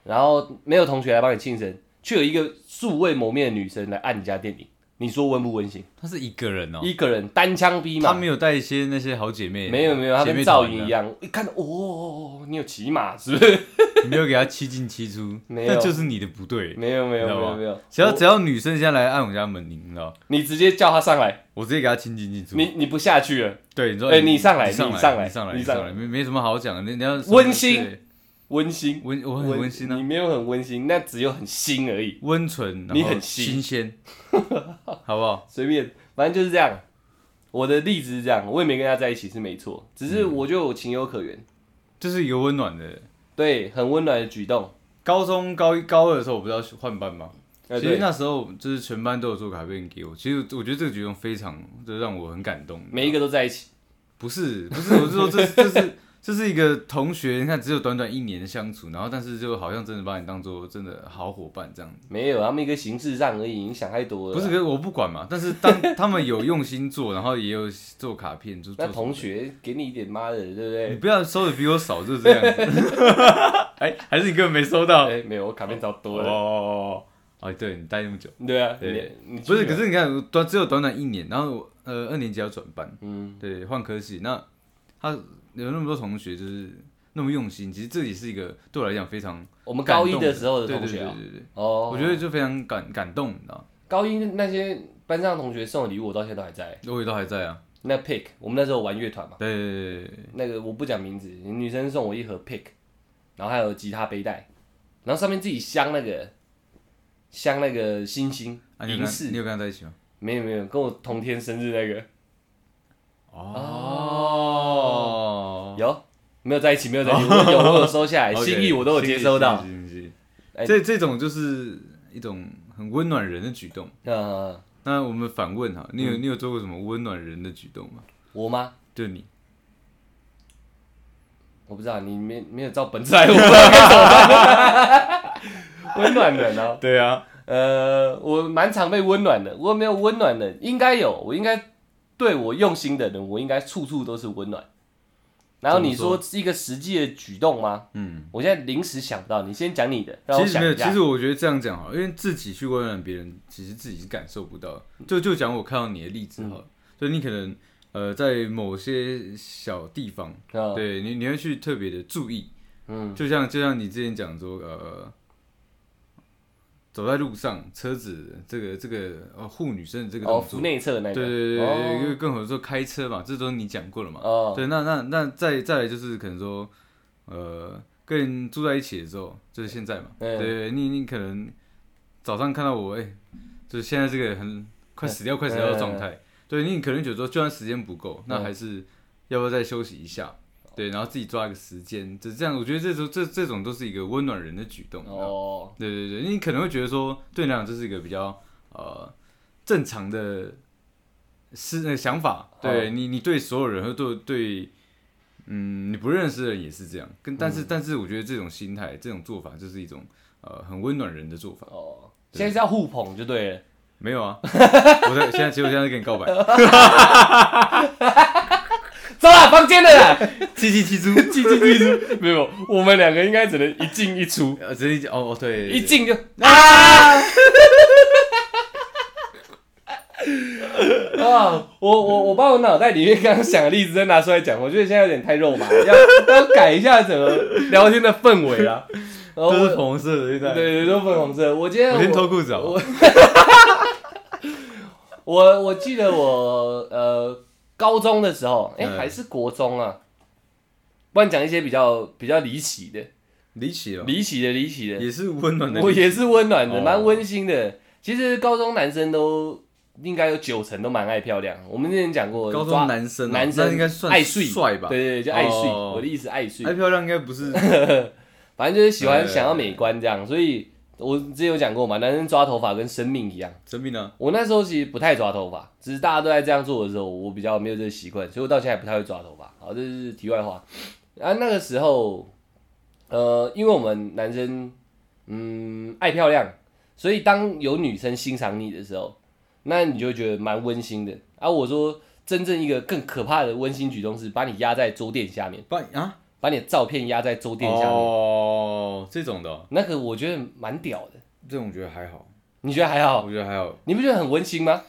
Speaker 1: 然后没有同学来帮你庆生，却有一个素未谋面的女生来按你家电铃，你说温不温馨？
Speaker 2: 他是一个人哦，
Speaker 1: 一个人单枪匹
Speaker 2: 他
Speaker 1: 马，
Speaker 2: 没有带一些那些好姐妹，
Speaker 1: 没有没有，她
Speaker 2: 姐
Speaker 1: 跟
Speaker 2: 妹
Speaker 1: 赵
Speaker 2: 团
Speaker 1: 云
Speaker 2: 的
Speaker 1: 一，样，一看哦，你有骑马是不是？
Speaker 2: 你没有给他七进七出，
Speaker 1: 没有
Speaker 2: 那就是你的不对。
Speaker 1: 没有没有
Speaker 2: 你知
Speaker 1: 没
Speaker 2: 道吗
Speaker 1: 有没有，
Speaker 2: 只要
Speaker 1: 我
Speaker 2: 只要女生现在来按我家门铃，你知道，
Speaker 1: 你直接叫她上来，
Speaker 2: 我直接给她亲进进出。
Speaker 1: 你你不下去了，
Speaker 2: 对，你说，
Speaker 1: 哎你
Speaker 2: 你
Speaker 1: 上来
Speaker 2: 你上
Speaker 1: 你
Speaker 2: 来，
Speaker 1: 上来
Speaker 2: 你上来，
Speaker 1: 你
Speaker 2: 你
Speaker 1: 上
Speaker 2: 上
Speaker 1: 来
Speaker 2: 来，没没什么好讲的，你你要
Speaker 1: 温馨
Speaker 2: 对
Speaker 1: 温馨，
Speaker 2: 温，我很温馨啊
Speaker 1: 你，没有很温馨，那只有很新而已，
Speaker 2: 温存，然
Speaker 1: 你
Speaker 2: 后
Speaker 1: 很新
Speaker 2: 新鲜，好不好？
Speaker 1: 随便，反正就是这样。我的例子是这样，我也没跟他在一起是没错，只是
Speaker 2: 嗯
Speaker 1: 我觉得我情有可原，
Speaker 2: 这是一个温暖的。
Speaker 1: 对，很温暖的举动。
Speaker 2: 高中高一高二的时候，我不是要换班吗？
Speaker 1: 呃
Speaker 2: 其实
Speaker 1: 对
Speaker 2: 那时候就是全班都有做卡片给我，其实我觉得这个举动非常，就让我很感动。
Speaker 1: 每一个都在一起，
Speaker 2: 不是不是，我是说这是这是这是一个同学，你看只有短短一年的相处，然后但是就好像真的把你当做真的好伙伴这样。
Speaker 1: 没有他们一个形式上而已，影响太多了
Speaker 2: 不
Speaker 1: 啦。
Speaker 2: 是，可是我不管嘛。但是当他们有用心做，然后也有做卡片，就做
Speaker 1: 那同学给你一点妈的，对不对
Speaker 2: 你？不要收的比我少，就是这样子。哎，还是你根本没收到。
Speaker 1: 哎、没有，我卡片超多了。
Speaker 2: 嗯哦，哎，对你待那么久，
Speaker 1: 对啊，
Speaker 2: 对
Speaker 1: 你你去
Speaker 2: 不是？
Speaker 1: 啊
Speaker 2: 可是你看，我短只有短短一年，然后我呃二年级要转班，
Speaker 1: 嗯，
Speaker 2: 对，换科系。那他有那么多同学，就是那么用心，其实这也是一个对我来讲非常
Speaker 1: 我们高一的时候的
Speaker 2: 对
Speaker 1: 同
Speaker 2: 对
Speaker 1: 学
Speaker 2: 对
Speaker 1: 啊，
Speaker 2: 对对，
Speaker 1: 哦，
Speaker 2: 我觉得就非常感感动，你知道？
Speaker 1: 高一那些班上同学送的礼物，我到现在都还在。
Speaker 2: 我也都还在啊，
Speaker 1: 那 pick，我们那时候玩乐团嘛，
Speaker 2: 对对对对对，
Speaker 1: 那个我不讲名字，女生送我一盒 pick，然后还有吉他背带，然后上面自己镶那个镶那个星星
Speaker 2: 啊你
Speaker 1: 银
Speaker 2: 有跟他
Speaker 1: 饰
Speaker 2: 你，有跟他在一起吗？
Speaker 1: 没有没有，跟我同天生日那个
Speaker 2: 哦，
Speaker 1: 有没有在一起？没有在一起，我有我有收 下来，哎心意我都有接收到。
Speaker 2: 行行行行
Speaker 1: 哎
Speaker 2: 这这种就是一种很温暖人的举动。
Speaker 1: 呃，
Speaker 2: 那我们反问哈，你有你有做过什么温暖人的举动吗？
Speaker 1: 我吗？
Speaker 2: 就你，
Speaker 1: 我不知道，你没没有照本子来，我不知道该怎么办。 温暖人哦，
Speaker 2: 对啊，
Speaker 1: 呃，我蛮常被温暖的。我没有温暖的，应该有，我应该对我用心的人，我应该处处都是温暖。然后你说是一个实际的举动吗？
Speaker 2: 嗯，
Speaker 1: 我现在临时想不到，你先讲你的，让我
Speaker 2: 其实
Speaker 1: 想
Speaker 2: 没有，
Speaker 1: 一
Speaker 2: 其
Speaker 1: 下。
Speaker 2: 实我觉得这样讲好了，因为自己去温暖别人，其实自己是感受不到的。就就讲我看到你的例子好
Speaker 1: 嗯
Speaker 2: 了，就你可能呃在某些小地方，
Speaker 1: 嗯
Speaker 2: 对你你会去特别的注意，
Speaker 1: 嗯
Speaker 2: 就像就像你之前讲说呃。走在路上，车子这个这个呃护女生的这个
Speaker 1: 哦，
Speaker 2: 动
Speaker 1: 腹
Speaker 2: 作，
Speaker 1: 内侧那个，
Speaker 2: 对对对对，因
Speaker 1: 哦
Speaker 2: 为更何说开车嘛，这都是你讲过了嘛，
Speaker 1: 哦，
Speaker 2: 对，那那那再再来就是可能说，呃，跟人住在一起的时候，就是现在嘛，
Speaker 1: 嗯
Speaker 2: 对，你你可能早上看到我，哎、就是现在这个很快死掉、快死掉的状态，对你可能觉得说，就算时间不够，那
Speaker 1: 嗯哦
Speaker 2: 还是要不要再休息一下？对，然后自己抓一个时间，就这样。我觉得这种这这种都是一个温暖人的举动。
Speaker 1: 哦，
Speaker 2: 对对对，你可能会觉得说，对你来讲这是一个比较呃正常的思呃想法，对你你对所有人和对对嗯你不认识的人也是这样，跟但是、但是我觉得这种心态这种做法就是一种呃很温暖人的做法。
Speaker 1: 哦，现在是要互捧就对了。
Speaker 2: 没有啊， 我在现在其实我现在在跟你告 白，
Speaker 1: 走啦，房间的 啦，
Speaker 2: 七七七猪，
Speaker 1: 进进进出， 没有，我们两个应该只能一进一出，
Speaker 2: 呃直接哦哦对，
Speaker 1: 一进就啊！ 啊！我我我把我脑袋里面刚刚想的例子再拿出来讲，我觉得现在有点太肉麻，要 要改一下整个聊天的氛围啊。然后
Speaker 2: 都是
Speaker 1: 我
Speaker 2: 粉红色的，现
Speaker 1: 对
Speaker 2: 在
Speaker 1: 对，都粉红色。我今天
Speaker 2: 我
Speaker 1: 我
Speaker 2: 先脱裤子
Speaker 1: 我
Speaker 2: 哦，
Speaker 1: 我我记得我呃高中的时候，哎、
Speaker 2: 嗯
Speaker 1: 还是国中啊，不然讲一些比较比较离奇的、
Speaker 2: 离奇了，
Speaker 1: 离奇的、离奇的，
Speaker 2: 也是温暖的离
Speaker 1: 我
Speaker 2: 奇，
Speaker 1: 也是温暖的，
Speaker 2: 哦
Speaker 1: 蛮温馨的。其实高中男生都应该有九成都蛮爱漂亮，我们之前讲过，
Speaker 2: 高
Speaker 1: 抓
Speaker 2: 中男生啊
Speaker 1: 男生
Speaker 2: 那应该算
Speaker 1: 爱睡
Speaker 2: 帅吧
Speaker 1: 对对对，就爱睡，
Speaker 2: 哦
Speaker 1: 我的意思爱睡
Speaker 2: 爱，漂亮应该不是
Speaker 1: 反正就是喜欢
Speaker 2: 对
Speaker 1: 想要美观这样，所以。我之前有讲过嘛，男生抓头发跟生命一样，
Speaker 2: 生病啊，
Speaker 1: 我那时候其实不太抓头发，只是大家都在这样做的时候，我比较没有这个习惯，所以我到现在也不太会抓头发。好，这是题外话。啊，那个时候，呃，因为我们男生，嗯，爱漂亮，所以当有女生欣赏你的时候，那你就会觉得蛮温馨的。啊，我说真正一个更可怕的温馨举动是把你压在桌垫下面，
Speaker 2: 把啊
Speaker 1: 把你的照片压在桌垫下面，
Speaker 2: 哦这种的哦，
Speaker 1: 那个我觉得蛮屌的。
Speaker 2: 这种我觉得还好，
Speaker 1: 你觉得还好？
Speaker 2: 我觉得还好，
Speaker 1: 你不觉得很温馨吗？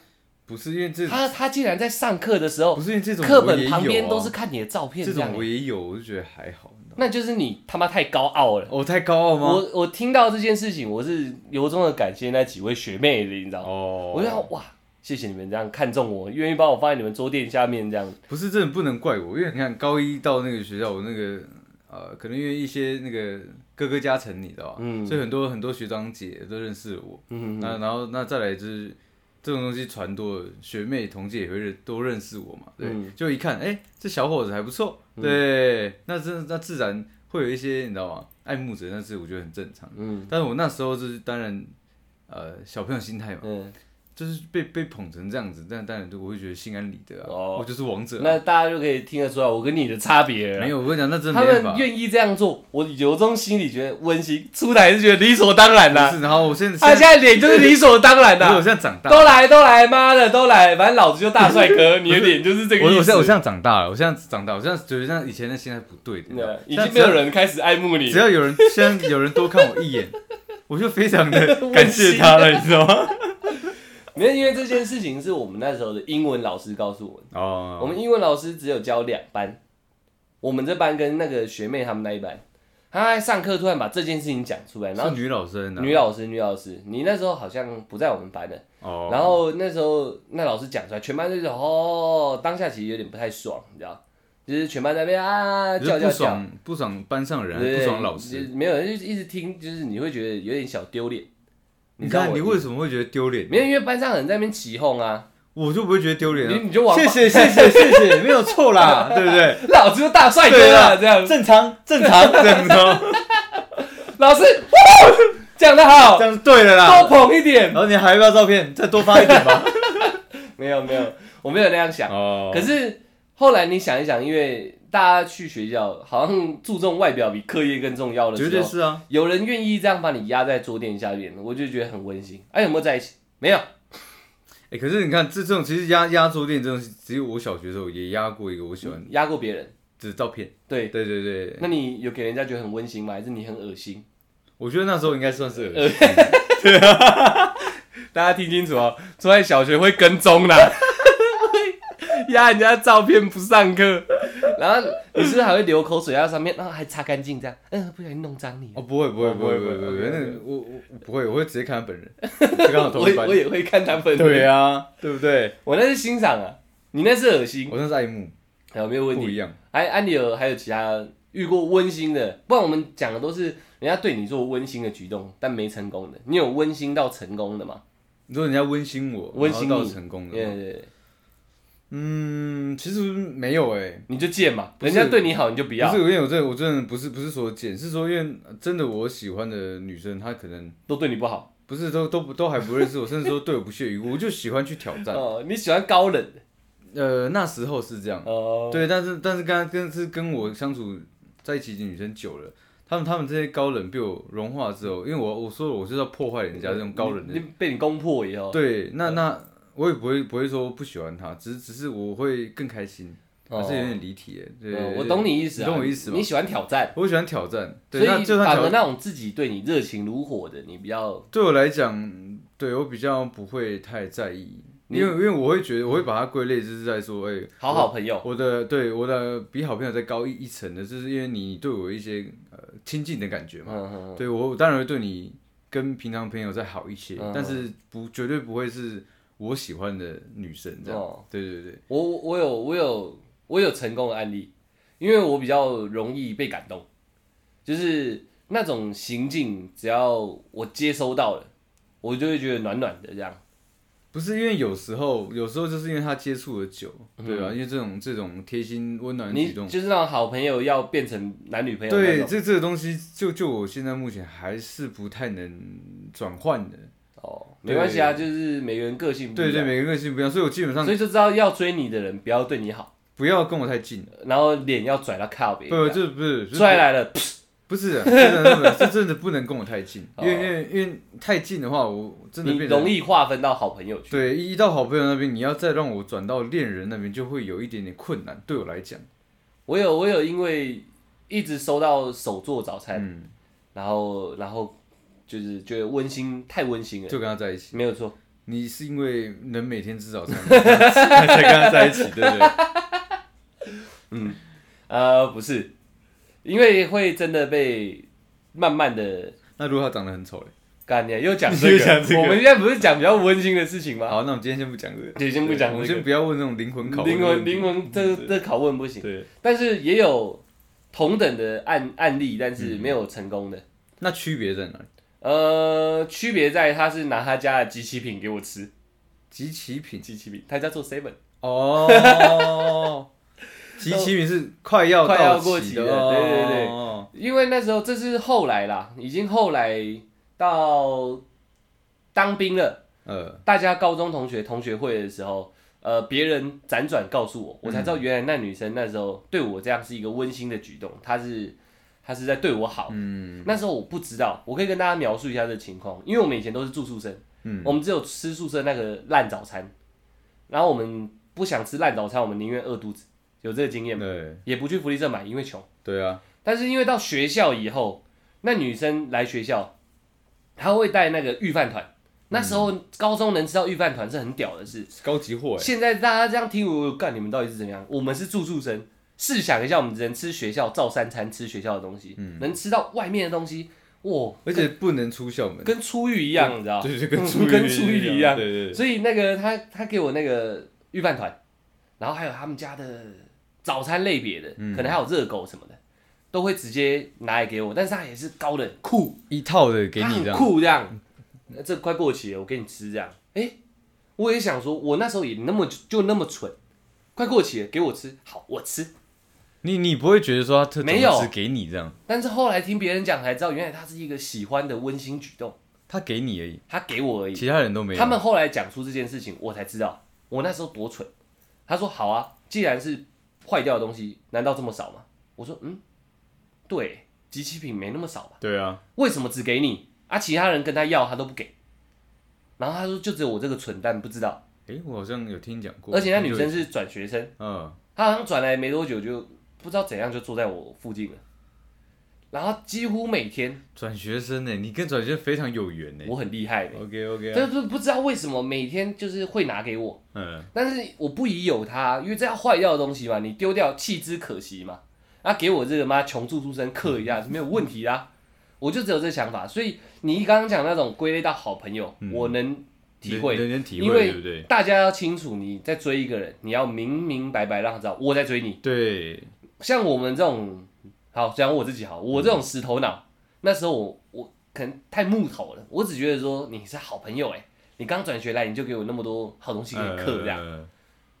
Speaker 2: 不是因为这
Speaker 1: 哦他他竟然在上课的时候
Speaker 2: 不，是因为这种
Speaker 1: 课
Speaker 2: 我也
Speaker 1: 本
Speaker 2: 有
Speaker 1: 旁边
Speaker 2: 啊
Speaker 1: 都是看你的照片，
Speaker 2: 这
Speaker 1: 这样
Speaker 2: 种我也有，我就觉得还好。你知道吗
Speaker 1: 那就是你他妈太高傲了。
Speaker 2: 我太高傲吗？
Speaker 1: 我我听到这件事情，我是由衷的感谢那几位学妹的，你知道吗？
Speaker 2: 哦，
Speaker 1: 我就想哇，谢谢你们这样看中我，愿意帮我放在你们桌垫下面这样。
Speaker 2: 不是真的不能怪我，因为你看高一到那个学校，我那个呃，可能因为一些那个哥哥加成，你知道吧？
Speaker 1: 嗯
Speaker 2: 所以很多很多学长姐都认识我。
Speaker 1: 嗯，
Speaker 2: 那然后那再来就是这种东西传多了，学妹同届也会认都认识我嘛，对，
Speaker 1: 嗯
Speaker 2: 就一看，哎、这小伙子还不错，对，那这那自然会有一些你知道吗？爱慕者，那是我觉得很正常。
Speaker 1: 嗯
Speaker 2: 但是我那时候就是当然，呃，小朋友心态嘛，
Speaker 1: 嗯，
Speaker 2: 就是被被捧成这样子，但当然我会觉得心安理得啊，
Speaker 1: 哦
Speaker 2: 我就是王者啊、
Speaker 1: 那大家就可以听得出来我跟你的差别了。
Speaker 2: 没有，我跟你讲，那真的
Speaker 1: 他
Speaker 2: 没办法
Speaker 1: 们。愿意这样做，我由衷心里觉得温馨，出来是觉得理所当然啦、
Speaker 2: 不是，然后我现在，
Speaker 1: 他、现在脸就是理所当然
Speaker 2: 不
Speaker 1: 的、
Speaker 2: 是我现在长大，
Speaker 1: 都来都来，妈的都来，反正老子就大帅 哥，你的脸就是这个
Speaker 2: 我我
Speaker 1: 意
Speaker 2: 现
Speaker 1: 思
Speaker 2: 在我。现在长大了，我现在长大，我现在觉得像以前的心态不对的，啊你知
Speaker 1: 对
Speaker 2: 道吗
Speaker 1: 已经没有，人开始爱慕
Speaker 2: 现在
Speaker 1: 你
Speaker 2: 只
Speaker 1: 了，
Speaker 2: 要只要有人，现在有人多看我一眼，我就非常的
Speaker 1: 馨
Speaker 2: 感谢他了，你知道吗？
Speaker 1: 没有，因为这件事情是我们那时候的英文老师告诉我的。
Speaker 2: 哦，
Speaker 1: 我们英文老师只有教两班，我们这班跟那个学妹他们那一班，她在上课突然把这件事情讲出来，然
Speaker 2: 是
Speaker 1: 后
Speaker 2: 女老师呢，
Speaker 1: 女老师女老师，你那时候好像不在我们班的，
Speaker 2: 哦，
Speaker 1: 然后那时候那老师讲出来，全班就是哦，当下其实有点不太爽，你知道，就是全班在那边啊
Speaker 2: 就是
Speaker 1: 叫
Speaker 2: 不
Speaker 1: 叫叫，
Speaker 2: 爽不爽班上人，
Speaker 1: 对
Speaker 2: 不爽老
Speaker 1: 就是
Speaker 2: 师，
Speaker 1: 没有，就是一直听，就是你会觉得有点小丢脸，
Speaker 2: 你
Speaker 1: 知道
Speaker 2: 看
Speaker 1: 我
Speaker 2: 你为什么会觉得丢脸
Speaker 1: 没？有因为班上人在那边起哄啊，
Speaker 2: 我就不会觉得丢脸啊，
Speaker 1: 你你就往
Speaker 2: 谢谢谢 谢谢谢，没有错啦，对不对？
Speaker 1: 老子就大帅哥
Speaker 2: 对啊
Speaker 1: 啊，这样
Speaker 2: 正常 正常，这样子 哦，
Speaker 1: 老师，哇讲得好
Speaker 2: 这，样是对的啦，
Speaker 1: 多捧一点
Speaker 2: 然。后你还要不要照片？再多发一点 吧。
Speaker 1: 没有没有，我没有那样想。
Speaker 2: 哦
Speaker 1: 可是后来你想一想，因为大家去学校好像注重外表比课业更重要的
Speaker 2: 绝
Speaker 1: 时
Speaker 2: 对
Speaker 1: 候，
Speaker 2: 是啊，
Speaker 1: 有人愿意这样把你压在桌垫下面，我就觉得很温馨。哎，有没有在一起？没有。
Speaker 2: 哎、可是你看这这种其实压压桌垫这种，只有我小学的时候也压过一个我喜欢的
Speaker 1: 压过别人，
Speaker 2: 这照片。
Speaker 1: 对。
Speaker 2: 对对对，
Speaker 1: 那你有给人家觉得很温馨吗？还是你很恶心？
Speaker 2: 我觉得那时候应该算是恶心。
Speaker 1: 大家听清楚哦，住在小学会跟踪啦， 压人家照片不上课，然后你是不是还会流口水在上面，然后还擦干净这样？嗯，不小心弄脏你。
Speaker 2: 哦，不会不会
Speaker 1: 哦
Speaker 2: 不会
Speaker 1: 不
Speaker 2: 不
Speaker 1: 会
Speaker 2: 会不会，
Speaker 1: 不会
Speaker 2: 那个我我我不会，我会直接看他本人， 就刚好同
Speaker 1: 我
Speaker 2: 一
Speaker 1: 也
Speaker 2: 班
Speaker 1: 我。也会看他本人。
Speaker 2: 对啊，对不对？
Speaker 1: 我那是欣赏啊，你那是恶心，
Speaker 2: 我那是爱慕，
Speaker 1: 还有没有问
Speaker 2: 不
Speaker 1: 题？
Speaker 2: 一样。
Speaker 1: 哎，安迪尔还有其他遇过温馨的，不然我们讲的都是人家对你做温馨的举动，但没成功的。你有温馨到成功的吗？
Speaker 2: 你说人家温馨我，
Speaker 1: 温馨
Speaker 2: 然后到
Speaker 1: 你
Speaker 2: 成功
Speaker 1: 对
Speaker 2: 的，
Speaker 1: 对对，
Speaker 2: 嗯，其实没有哎、
Speaker 1: 你就贱嘛，
Speaker 2: 不
Speaker 1: 人
Speaker 2: 是
Speaker 1: 家对你好你就不要
Speaker 2: 不，是，因为我真的我真的不是不是说贱，是说因为真的我喜欢的女生，她可能
Speaker 1: 都对你不好。
Speaker 2: 不是都都不都还不认识我，甚至说对我不屑一顾，我就喜欢去挑战。
Speaker 1: 哦，你喜欢高冷的
Speaker 2: 呃，那时候是这样，
Speaker 1: 哦，
Speaker 2: 对，但是但是刚跟是跟我相处在一起的女生久了，她们她们这些高冷被我融化之后，因为我我说了我就是要破坏人家这种高冷
Speaker 1: 你
Speaker 2: 的，
Speaker 1: 你被你攻破以后，
Speaker 2: 对，那那我也不会不会说不喜欢她，只是只是我会更开心，
Speaker 1: 哦
Speaker 2: 还是有点离题耶，对，
Speaker 1: 嗯我懂你意思啊，
Speaker 2: 你懂我意思吗
Speaker 1: 你喜欢挑战，
Speaker 2: 我喜欢挑战，
Speaker 1: 所
Speaker 2: 对，那
Speaker 1: 以
Speaker 2: 就算
Speaker 1: 反
Speaker 2: 挑
Speaker 1: 而那种自己对你热情如火的，你比较
Speaker 2: 对我来讲，对我比较不会太在意，
Speaker 1: 你
Speaker 2: 因为因为我会觉得我会把它归类就是在说，哎、
Speaker 1: 好好朋友。
Speaker 2: 我的对我的比好朋友再高一一层的，就是因为你对我有一些呃亲近的感觉
Speaker 1: 嗯
Speaker 2: 嘛。
Speaker 1: 嗯嗯。
Speaker 2: 对我我当然会对你跟平常朋友再好一些，
Speaker 1: 嗯
Speaker 2: 但是不绝对不会是我喜欢的女生这样。
Speaker 1: 哦
Speaker 2: 对对对，
Speaker 1: 我我有我有我有成功的案例，因为我比较容易被感动，就是那种行径，只要我接收到了，我就会觉得暖暖的这样。
Speaker 2: 不是因为有时候有时候就是因为他接触的久，对吧、因为这种这种贴心温暖的
Speaker 1: 嗯你
Speaker 2: 举嗯动。
Speaker 1: 就是那种好朋友要变成男女朋友那
Speaker 2: 对，
Speaker 1: 种。
Speaker 2: 这这个东西，就就我现在目前还是不太能转换的。
Speaker 1: 哦，
Speaker 2: 对
Speaker 1: 没关系啊，就是每个人个性不一
Speaker 2: 对
Speaker 1: 样，
Speaker 2: 对，每个人个性不一样，所以我基本上
Speaker 1: 所以就知道要追你的人不要对你好。
Speaker 2: 不要跟我太近，
Speaker 1: 然后脸要拽到靠边，
Speaker 2: 不，这不是不是
Speaker 1: 拽来了，噗
Speaker 2: 不是啊，真的真的这真的不能跟我太近，
Speaker 1: 哦
Speaker 2: 因为因为因为太近的话，我真的
Speaker 1: 你
Speaker 2: 变
Speaker 1: 容
Speaker 2: 成
Speaker 1: 易划分到好朋友去。
Speaker 2: 对一一到好朋友那边，你要再让我转到恋人那边，就会有一点点困难，对我来讲，
Speaker 1: 我有我有因为一直收到手做早餐，
Speaker 2: 嗯，
Speaker 1: 然后然后就是觉得温馨太温馨了，
Speaker 2: 就跟他在一起。
Speaker 1: 没有错，
Speaker 2: 你是因为能每天吃 早餐才才跟他在一起，对不对？
Speaker 1: 呃，不是，因为会真的被慢慢的
Speaker 2: 那如果他长得很丑嘞？
Speaker 1: 干掉，又讲这
Speaker 2: 又讲这
Speaker 1: 个，
Speaker 2: 个
Speaker 1: 我们现在不是讲比较温馨的事情吗？
Speaker 2: 好，那我们今天先不讲这个，
Speaker 1: 对先不讲这个
Speaker 2: 我们先不要问这种灵魂拷问
Speaker 1: 灵
Speaker 2: 的问
Speaker 1: 魂
Speaker 2: 题，嗯
Speaker 1: 灵魂这这拷问不行，
Speaker 2: 对。
Speaker 1: 但是也有同等的案案例，但
Speaker 2: 嗯
Speaker 1: 是没有成功的。
Speaker 2: 那区别在哪里？
Speaker 1: 呃，区别在他是拿他家的机器品给我吃，
Speaker 2: 集齐品
Speaker 1: 机器品，他家做 seven，
Speaker 2: 哦，集齐品是快要
Speaker 1: 快要
Speaker 2: 到
Speaker 1: 过
Speaker 2: 期
Speaker 1: 期
Speaker 2: 的，
Speaker 1: 的
Speaker 2: 哦
Speaker 1: 对对对因为那时候这是后来啦，已经后来到当兵了。
Speaker 2: 呃，
Speaker 1: 大家高中同学同学会的时候，呃，别人辗转告诉我，我才知道原来那女生那时候对我这样是一个温馨的举动，她是她是在对我好。
Speaker 2: 嗯
Speaker 1: 那时候我不知道，我可以跟大家描述一下这情况，因为我们以前都是住宿生，
Speaker 2: 嗯
Speaker 1: 我们只有吃宿舍那个烂早餐，然后我们不想吃烂早餐，我们宁愿饿肚子，有这个经验吗？
Speaker 2: 对
Speaker 1: 也不去福利社买，因为穷。
Speaker 2: 对啊，
Speaker 1: 但是因为到学校以后，那女生来学校，她会带那个预饭团。那时候高中能吃到预饭团是很屌的事。
Speaker 2: 高级货哎，
Speaker 1: 现在大家这样听我干，你们到底是怎么样？我们是住宿生，试想一下，我们只能吃学校照三餐吃学校的东西，
Speaker 2: 嗯
Speaker 1: 能吃到外面的东西，哇，
Speaker 2: 而且不能出校门，
Speaker 1: 跟出狱一样，你知道？
Speaker 2: 对对，跟
Speaker 1: 嗯
Speaker 2: 出狱
Speaker 1: 跟出狱一样。
Speaker 2: 对对对，
Speaker 1: 所以那个他他给我那个预饭团，然后还有他们家的早餐类别的，
Speaker 2: 嗯
Speaker 1: 可能还有热狗什么的，都会直接拿来给我。但是他也是高冷酷，
Speaker 2: 一套的给
Speaker 1: 他
Speaker 2: 你
Speaker 1: 很
Speaker 2: 这样，
Speaker 1: 酷这样。呃这快过期了，我给你吃这样。哎，我也想说，我那时候也那么就那么蠢，快过期了，给我吃，好我吃。
Speaker 2: 你你不会觉得说他特
Speaker 1: 没有
Speaker 2: 是给你这样，
Speaker 1: 但是后来听别人讲才知道，原来他是一个喜欢的温馨举动，
Speaker 2: 他给你而已，
Speaker 1: 他给我而已。
Speaker 2: 其他人都没有。
Speaker 1: 他们后来讲出这件事情，我才知道我那时候多蠢。他说：“好啊，既然是坏掉的东西，难道这么少吗？”我说：“嗯，对，集齐品没那么少吧？
Speaker 2: 对啊，
Speaker 1: 为什么只给你啊？其他人跟他要，他都不给。”然后他说：“就只有我这个蠢蛋不知道。
Speaker 2: 哎，我好像有听讲”过，
Speaker 1: 而且那女
Speaker 2: 对，
Speaker 1: 生是转学生，
Speaker 2: 嗯，
Speaker 1: 她好像转来没多久就不知道怎样就坐在我附近了。然后几乎每天
Speaker 2: 转学生欸呢，你跟转学生非常有缘欸呢。
Speaker 1: 我很厉害的，
Speaker 2: OK OK，
Speaker 1: 但是不知道为什么每天就是会拿给我。
Speaker 2: 嗯，
Speaker 1: 但是我不疑有他，因为这样坏掉的东西嘛，你丢掉弃之可惜嘛。那、给我这个妈穷住宿生克一下
Speaker 2: 嗯
Speaker 1: 是没有问题啦、我就只有这想法，所以你刚刚讲那种归类到好朋友，我能体会，
Speaker 2: 人人体
Speaker 1: 因
Speaker 2: 会，
Speaker 1: 为
Speaker 2: 嗯对不对？
Speaker 1: 大家要清楚，你在追一个人，你要明明白白让他知道我在追你。
Speaker 2: 对，
Speaker 1: 像我们这种，好讲我自己好，我这种石头脑，那时候我我可能太木头了，我只觉得说你是好朋友哎、你刚转学来你就给我那么多好东西给你克这样，
Speaker 2: 呃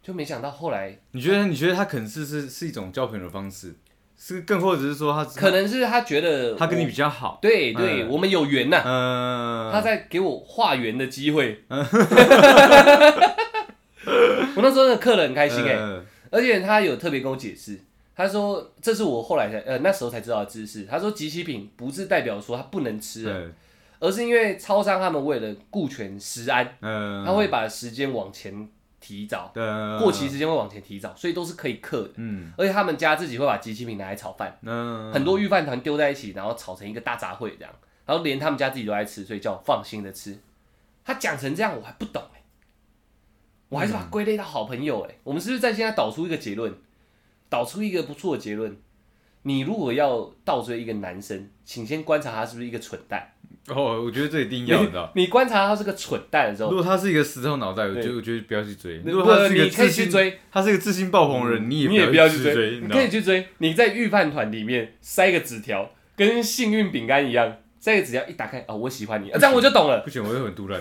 Speaker 1: 就没想到后来
Speaker 2: 你觉得你觉得他可能是是是一种交朋友的方式，是更或者是说他
Speaker 1: 可能是他觉得
Speaker 2: 他跟你
Speaker 1: 我
Speaker 2: 比较好，
Speaker 1: 对对，我们有缘呐、
Speaker 2: 嗯，
Speaker 1: 他在给我化缘的机会。 我那时候真的刻得很开心哎、
Speaker 2: 嗯
Speaker 1: 而且他有特别跟我解释，他说这是我后来才呃那时候才知道的知识。他说集齐品不是代表说它不能吃了，
Speaker 2: 嗯
Speaker 1: 而是因为超商他们为了顾全食安，
Speaker 2: 嗯，
Speaker 1: 他会把时间往前提早，
Speaker 2: 嗯
Speaker 1: 过期时间会往前提早，所以都是可以刻的。
Speaker 2: 嗯
Speaker 1: 而且他们家自己会把集齐品拿来炒饭。
Speaker 2: 嗯
Speaker 1: 很多预饭团丢在一起，然后炒成一个大杂烩这样，然后连他们家自己都爱吃，所以叫我放心的吃。他讲成这样，我还不懂哎、我还是把它归类到好朋友哎、我们是不是在现在导出一个结论，导出一个不错的结论？你如果要倒追一个男生，请先观察他是不是一个蠢蛋。
Speaker 2: 哦，我觉得这一定要你知道。
Speaker 1: 你观察他是个蠢蛋的时
Speaker 2: 如
Speaker 1: 候，
Speaker 2: 果他是一个石头脑袋，我
Speaker 1: 对
Speaker 2: 觉得我觉得不要去追。
Speaker 1: 那
Speaker 2: 如果他是
Speaker 1: 不
Speaker 2: 一个
Speaker 1: 你可以
Speaker 2: 自
Speaker 1: 去
Speaker 2: 信，
Speaker 1: 追，嗯
Speaker 2: 他是一个自信爆棚的人，你
Speaker 1: 你也
Speaker 2: 不
Speaker 1: 不要
Speaker 2: 要
Speaker 1: 去
Speaker 2: 追，
Speaker 1: 追，
Speaker 2: 你
Speaker 1: 你
Speaker 2: 知
Speaker 1: 可
Speaker 2: 道
Speaker 1: 以去追。你在预饭团里面塞个纸条，跟幸运饼干一样，塞个纸条一打开，哦，我喜欢你，啊、这样我就懂了。
Speaker 2: 不行，我会很突然。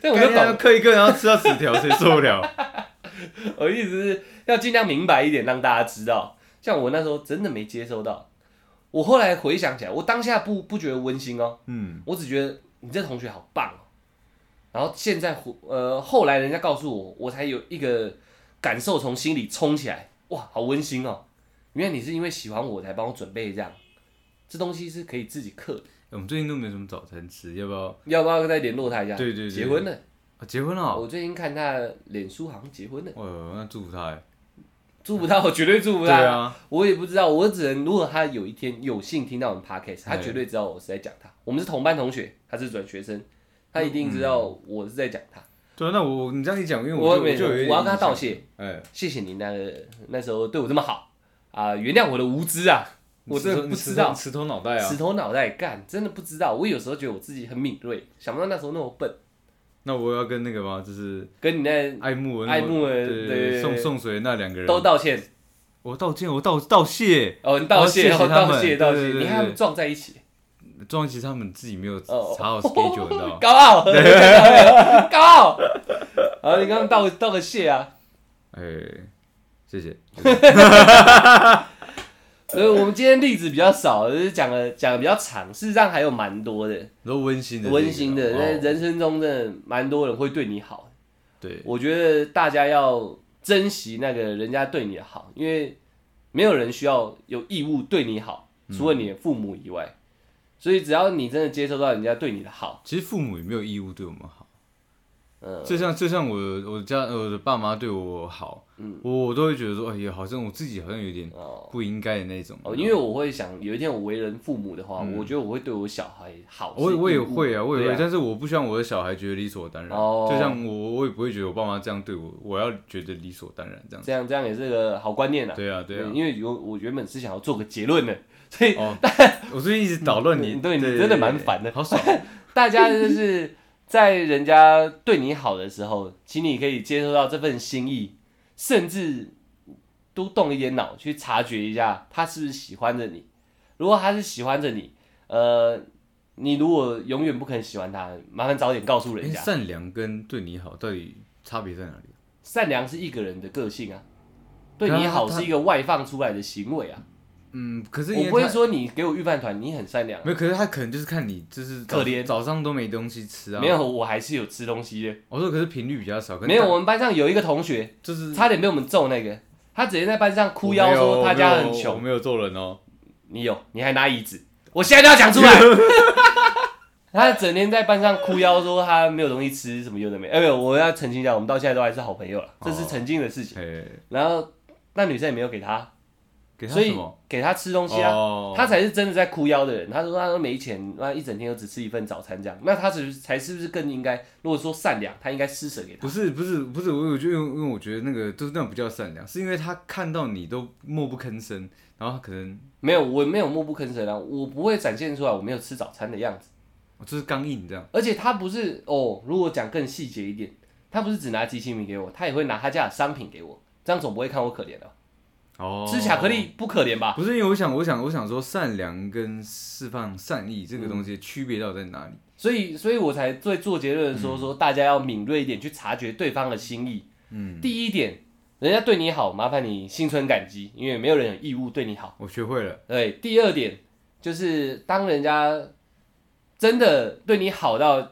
Speaker 1: 这 样我就懂了。
Speaker 2: 刻一刻，然后吃到纸条，谁受得了？
Speaker 1: 我的意思是要尽量明白一点，让大家知道。像我那时候真的没接收到，我后来回想起来，我当下不不觉得温馨哦，
Speaker 2: 嗯，
Speaker 1: 我只觉得你这同学好棒哦。然后现在回呃，后来人家告诉我，我才有一个感受从心里冲起来，哇，好温馨哦！原来你是因为喜欢我才帮我准备这样，这东西是可以自己克的。
Speaker 2: 哎我们最近都没什么早餐吃，要不要？
Speaker 1: 要不要再联络他一下？
Speaker 2: 对对对
Speaker 1: 结婚了。
Speaker 2: 啊，结婚了哦！
Speaker 1: 我最近看他的脸书好像结婚了，
Speaker 2: 哎呦，那祝福他哎。
Speaker 1: 祝福 他，我绝对祝福
Speaker 2: 对
Speaker 1: 他。
Speaker 2: 啊，
Speaker 1: 我也不知道，我只能如果他有一天有幸听到我们 podcast，他
Speaker 2: 对
Speaker 1: 绝对知道我是在讲他。我们是同班同学，他是转学生，他一定知道我是在讲他。
Speaker 2: 对啊，那我你这样一讲，因为
Speaker 1: 我
Speaker 2: 就
Speaker 1: 没
Speaker 2: 我就有一点
Speaker 1: 我要跟他
Speaker 2: 印象
Speaker 1: 道谢，
Speaker 2: 哎，
Speaker 1: 谢谢你那个那时候对我这么好啊、原谅我的无知啊，我真的
Speaker 2: 你
Speaker 1: 不
Speaker 2: 石
Speaker 1: 知
Speaker 2: 头
Speaker 1: 道
Speaker 2: 你，石头脑袋啊
Speaker 1: 死。头脑袋干，真的不知道。我有时候觉得我自己很敏锐，想不到那时候那么笨，
Speaker 2: 那我要跟那个嘛，就是
Speaker 1: 跟你那
Speaker 2: 爱慕的那
Speaker 1: 爱慕的对
Speaker 2: 对
Speaker 1: 对
Speaker 2: 对，送送水的那两个人，
Speaker 1: 都道歉
Speaker 2: 我道歉，我道道谢。
Speaker 1: 哦，你道
Speaker 2: 哦谢
Speaker 1: 歉，
Speaker 2: 谢
Speaker 1: 哦
Speaker 2: 他们
Speaker 1: 道谢，道
Speaker 2: 对
Speaker 1: 谢，
Speaker 2: 对对
Speaker 1: 你看他们撞在一起。
Speaker 2: 庄其实他们自己没有
Speaker 1: 哦
Speaker 2: 查好 schedule，你知道吗？
Speaker 1: 高 傲，高傲。然后你刚刚道道个谢啊，
Speaker 2: 哎，谢谢。
Speaker 1: 所以我们今天例子比较少，就是讲了讲的比较长，事实上还有蛮多的
Speaker 2: 都温馨的这 个，
Speaker 1: 温馨的，
Speaker 2: 哦
Speaker 1: 在人生中真的蛮多人会对你好，
Speaker 2: 对，
Speaker 1: 我觉得大家要珍惜那个人家对你的好，因为没有人需要有义务对你好，除
Speaker 2: 嗯
Speaker 1: 了你的父母以外。所以只要你真的接受到人家对你的好，
Speaker 2: 其实父母也没有义务对我们好。
Speaker 1: 嗯，
Speaker 2: 就像就像我我家我的爸妈对我好，
Speaker 1: 嗯
Speaker 2: 我我都会觉得说，哎呀，好像我自己好像有点
Speaker 1: 哦，
Speaker 2: 不应该的那种。
Speaker 1: 哦，因为我会想，有一天我为人父母的话，我觉得我会对我小孩好。
Speaker 2: 嗯我
Speaker 1: 是
Speaker 2: 我也
Speaker 1: 义务
Speaker 2: 会啊，我也
Speaker 1: 对
Speaker 2: 会，但是我不希望我的小孩觉得理所当然。
Speaker 1: 哦
Speaker 2: 就像我我也不会觉得我爸妈这样对我，我要觉得理所当然这样。
Speaker 1: 这样这样也是个好观念啊。
Speaker 2: 对啊，对啊。
Speaker 1: 因为有我原本是想要做个结论的，所以
Speaker 2: 哦，我最近一直捣乱你，
Speaker 1: 嗯对你真的蛮烦的
Speaker 2: 好爽。哎
Speaker 1: 大家就是在人家对你好的时候，请你可以接受到这份心意，甚至多动一点脑去察觉一下他是不是喜欢着你。如果他是喜欢着你，呃，你如果永远不肯喜欢他，麻烦早点告诉人
Speaker 2: 哎
Speaker 1: 家。
Speaker 2: 善良跟对你好到底差别在哪里？
Speaker 1: 善良是一个人的个性啊，对
Speaker 2: 对啊
Speaker 1: 你好
Speaker 2: 他
Speaker 1: 是一个外放出来的行为啊。
Speaker 2: 嗯，可是因
Speaker 1: 我
Speaker 2: 为
Speaker 1: 不会
Speaker 2: 他
Speaker 1: 说你给我预饭团，你很善良啊、
Speaker 2: 没有，可是他可能就是看你就是早
Speaker 1: 可怜
Speaker 2: 早上都没东西吃啊。
Speaker 1: 没，有，我还是有吃东西的。
Speaker 2: 我说可是频率比较少，可能
Speaker 1: 没有，
Speaker 2: 大
Speaker 1: 我们班上有一个同学
Speaker 2: 就是
Speaker 1: 差点被我们揍那个，他直接在班上哭
Speaker 2: 我没有
Speaker 1: 腰说他家很
Speaker 2: 我
Speaker 1: 穷。
Speaker 2: 没有做人哦。
Speaker 1: 你有，你还拿椅子，我现在就要讲出 来。 他整天在班上哭腰说他没有东西吃，什么有的没。哎，没有，我要澄清一下，我们到现在都还是好朋友了，
Speaker 2: 哦
Speaker 1: 这是曾经的事情。
Speaker 2: 哎，
Speaker 1: 然后那女生也没有给他，
Speaker 2: 给他
Speaker 1: 所
Speaker 2: 什
Speaker 1: 以
Speaker 2: 么？
Speaker 1: 给他吃东西啊。
Speaker 2: 哦，
Speaker 1: 他才是真的在哭腰的人。他说他都没钱，那一整天都只吃一份早餐这样，那他是才是不是更应该？如果说善良，他应该施舍给他。
Speaker 2: 不是不是不是，我我觉得因为因为我觉得那个就是那种比较善良，是因为他看到你都默不吭声，然后他可能
Speaker 1: 没有，我没有默不吭声啊，我不会展现出来我没有吃早餐的样子。
Speaker 2: 哦就是刚硬这样。
Speaker 1: 而且他不是哦，如果讲更细节一点，他不是只拿机器米给我，他也会拿他家的商品给我，这样总不会看我可怜了。
Speaker 2: 哦，
Speaker 1: 吃巧克力不可怜吧？
Speaker 2: 不是因为我想我想我想说善良跟释放善意这个东西区别到底在哪里？
Speaker 1: 所以，所以我才最做结论说说大家要敏锐一点去察觉对方的心意。嗯，第一点，人家对你好，麻烦你心存感激，因为没有人有义务对你好。
Speaker 2: 我学会了，
Speaker 1: 对，第二点就是当人家真的对你好到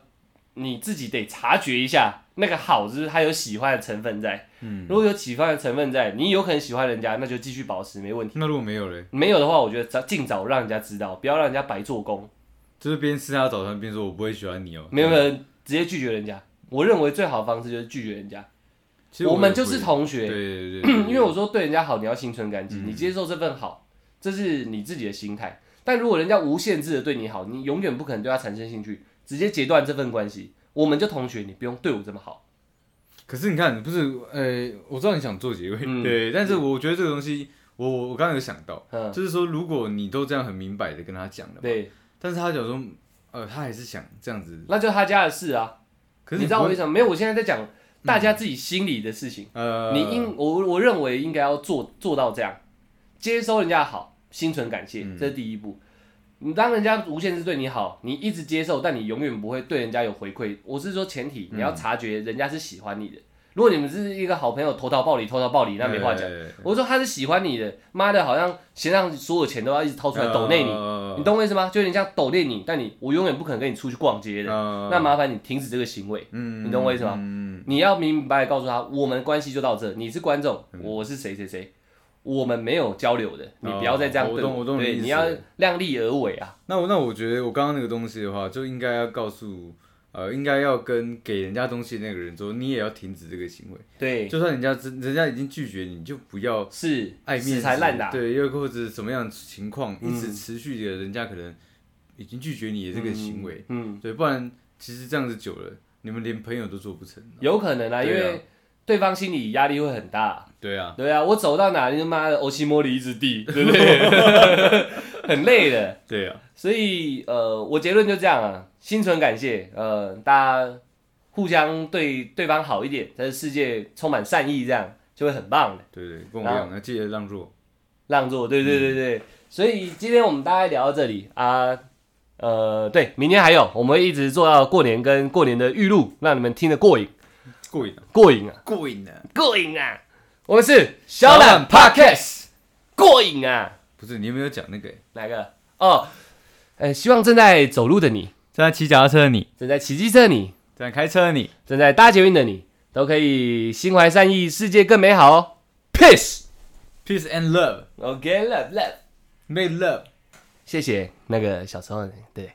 Speaker 1: 你自己得察觉一下，那个好就是他有喜欢的成分在。嗯，如果有喜欢的成分在，你有可能喜欢人家，那就继续保持没问题。
Speaker 2: 那如果没有嘞，
Speaker 1: 没有的话，我觉得早尽早让人家知道，不要让人家白做工。
Speaker 2: 就是边吃他的早餐边说我不会喜欢你哦。
Speaker 1: 没有没有，直接拒绝人家。我认为最好的方式就是拒绝人家。
Speaker 2: 其实
Speaker 1: 我们
Speaker 2: 也
Speaker 1: 就是
Speaker 2: 会
Speaker 1: 同
Speaker 2: 对嗯
Speaker 1: 学，
Speaker 2: 对对对，
Speaker 1: 因为我说对人家好，你要心存感激，你接受这份好，这是你自己的心态。但如果人家无限制的对你好，你永远不可能对他产生兴趣，直接截断这份关系。我们就同学，你不用对我这么好。
Speaker 2: 可是你看，不是，呃，我知道你想做结尾，
Speaker 1: 嗯
Speaker 2: 对，但是我觉得这个东西，我我刚刚有想到，
Speaker 1: 嗯，
Speaker 2: 就是说，如果你都这样很明白的跟他讲了，
Speaker 1: 对，
Speaker 2: 但是他讲说，呃，他还是想这样子，
Speaker 1: 那就他家的事啊。
Speaker 2: 可是
Speaker 1: 你知道
Speaker 2: 不
Speaker 1: 我
Speaker 2: 会
Speaker 1: 为什么？没有，我现在在讲大家自己心里的事情。
Speaker 2: 呃，
Speaker 1: 你应我我认为应该要做做到这样，接收人家的好，心存感谢，
Speaker 2: 嗯
Speaker 1: 这是第一步。你当人家无限制对你好，你一直接受，但你永远不会对人家有回馈。我是说前提，
Speaker 2: 嗯
Speaker 1: 你要察觉人家是喜欢你的。如果你们是一个好朋友，投桃报李，投桃报李，那没话讲。
Speaker 2: 呃
Speaker 1: 我说他是喜欢你的，妈的，好像嫌让所有钱都要一直掏出来抖内你，
Speaker 2: 呃
Speaker 1: 你懂我意思吗？就有点像抖练你，但你我永远不可能跟你出去逛街的。
Speaker 2: 呃，
Speaker 1: 那麻烦你停止这个行为，
Speaker 2: 嗯
Speaker 1: 你懂我意思吗
Speaker 2: 嗯，
Speaker 1: 你要明明白白告诉他，我们关系就到这，你是观众，我是谁谁谁，我们没有交流的，你不要再这样
Speaker 2: 嗯哦
Speaker 1: 对
Speaker 2: 我懂我懂你
Speaker 1: 对，
Speaker 2: 意思
Speaker 1: 你要量力而为啊。
Speaker 2: 那我那我觉得我刚刚那个东西的话，就应该要告诉，呃，应该要跟给人家东西的那个人说，你也要停止这个行为，
Speaker 1: 对，
Speaker 2: 就算人家真人家已经拒绝你，你就不要
Speaker 1: 是
Speaker 2: 爱面
Speaker 1: 死
Speaker 2: 子，
Speaker 1: 缠烂打，
Speaker 2: 对，又或者什么样的情况一直持续的，人家可能已经拒绝你的这个行为，
Speaker 1: 嗯，
Speaker 2: 对，不然其实这样子久了，你们连朋友都做不成。
Speaker 1: 有可能啊，因
Speaker 2: 对啊
Speaker 1: 为对方心理压力会很大。
Speaker 2: 对啊，
Speaker 1: 对啊，我走到哪里，他妈的，欧西莫里一直递，对不对？ 很累的。
Speaker 2: 对啊，
Speaker 1: 所以呃，我结论就这样啊，心存感谢，呃，大家互相对对方好一点，这世界充满善意，这样就会很棒的。
Speaker 2: 对对，跟我一样，要记得让座。
Speaker 1: 让座，对对对对。所以今天我们大概聊到这里啊。呃，对，明天还有，我们会一直做到过年跟过年的预录，让你们听得过瘾，
Speaker 2: 过瘾啊，
Speaker 1: 过瘾啊，
Speaker 2: 过瘾啊！
Speaker 1: 过瘾啊！我们是小懒 Podcast，过瘾啊！
Speaker 2: 不是，你有没有讲那个欸？
Speaker 1: 哪个？哦，呃，希望正在走路的你，
Speaker 2: 正在骑脚踏车的你，
Speaker 1: 正在骑机车的你，
Speaker 2: 正在开车的你，
Speaker 1: 正在搭捷运的你，都可以心怀善意，世界更美好哦。Peace。
Speaker 2: Peace and love,
Speaker 1: OK，love love，
Speaker 2: make love.
Speaker 1: 谢谢那个小时候的，对。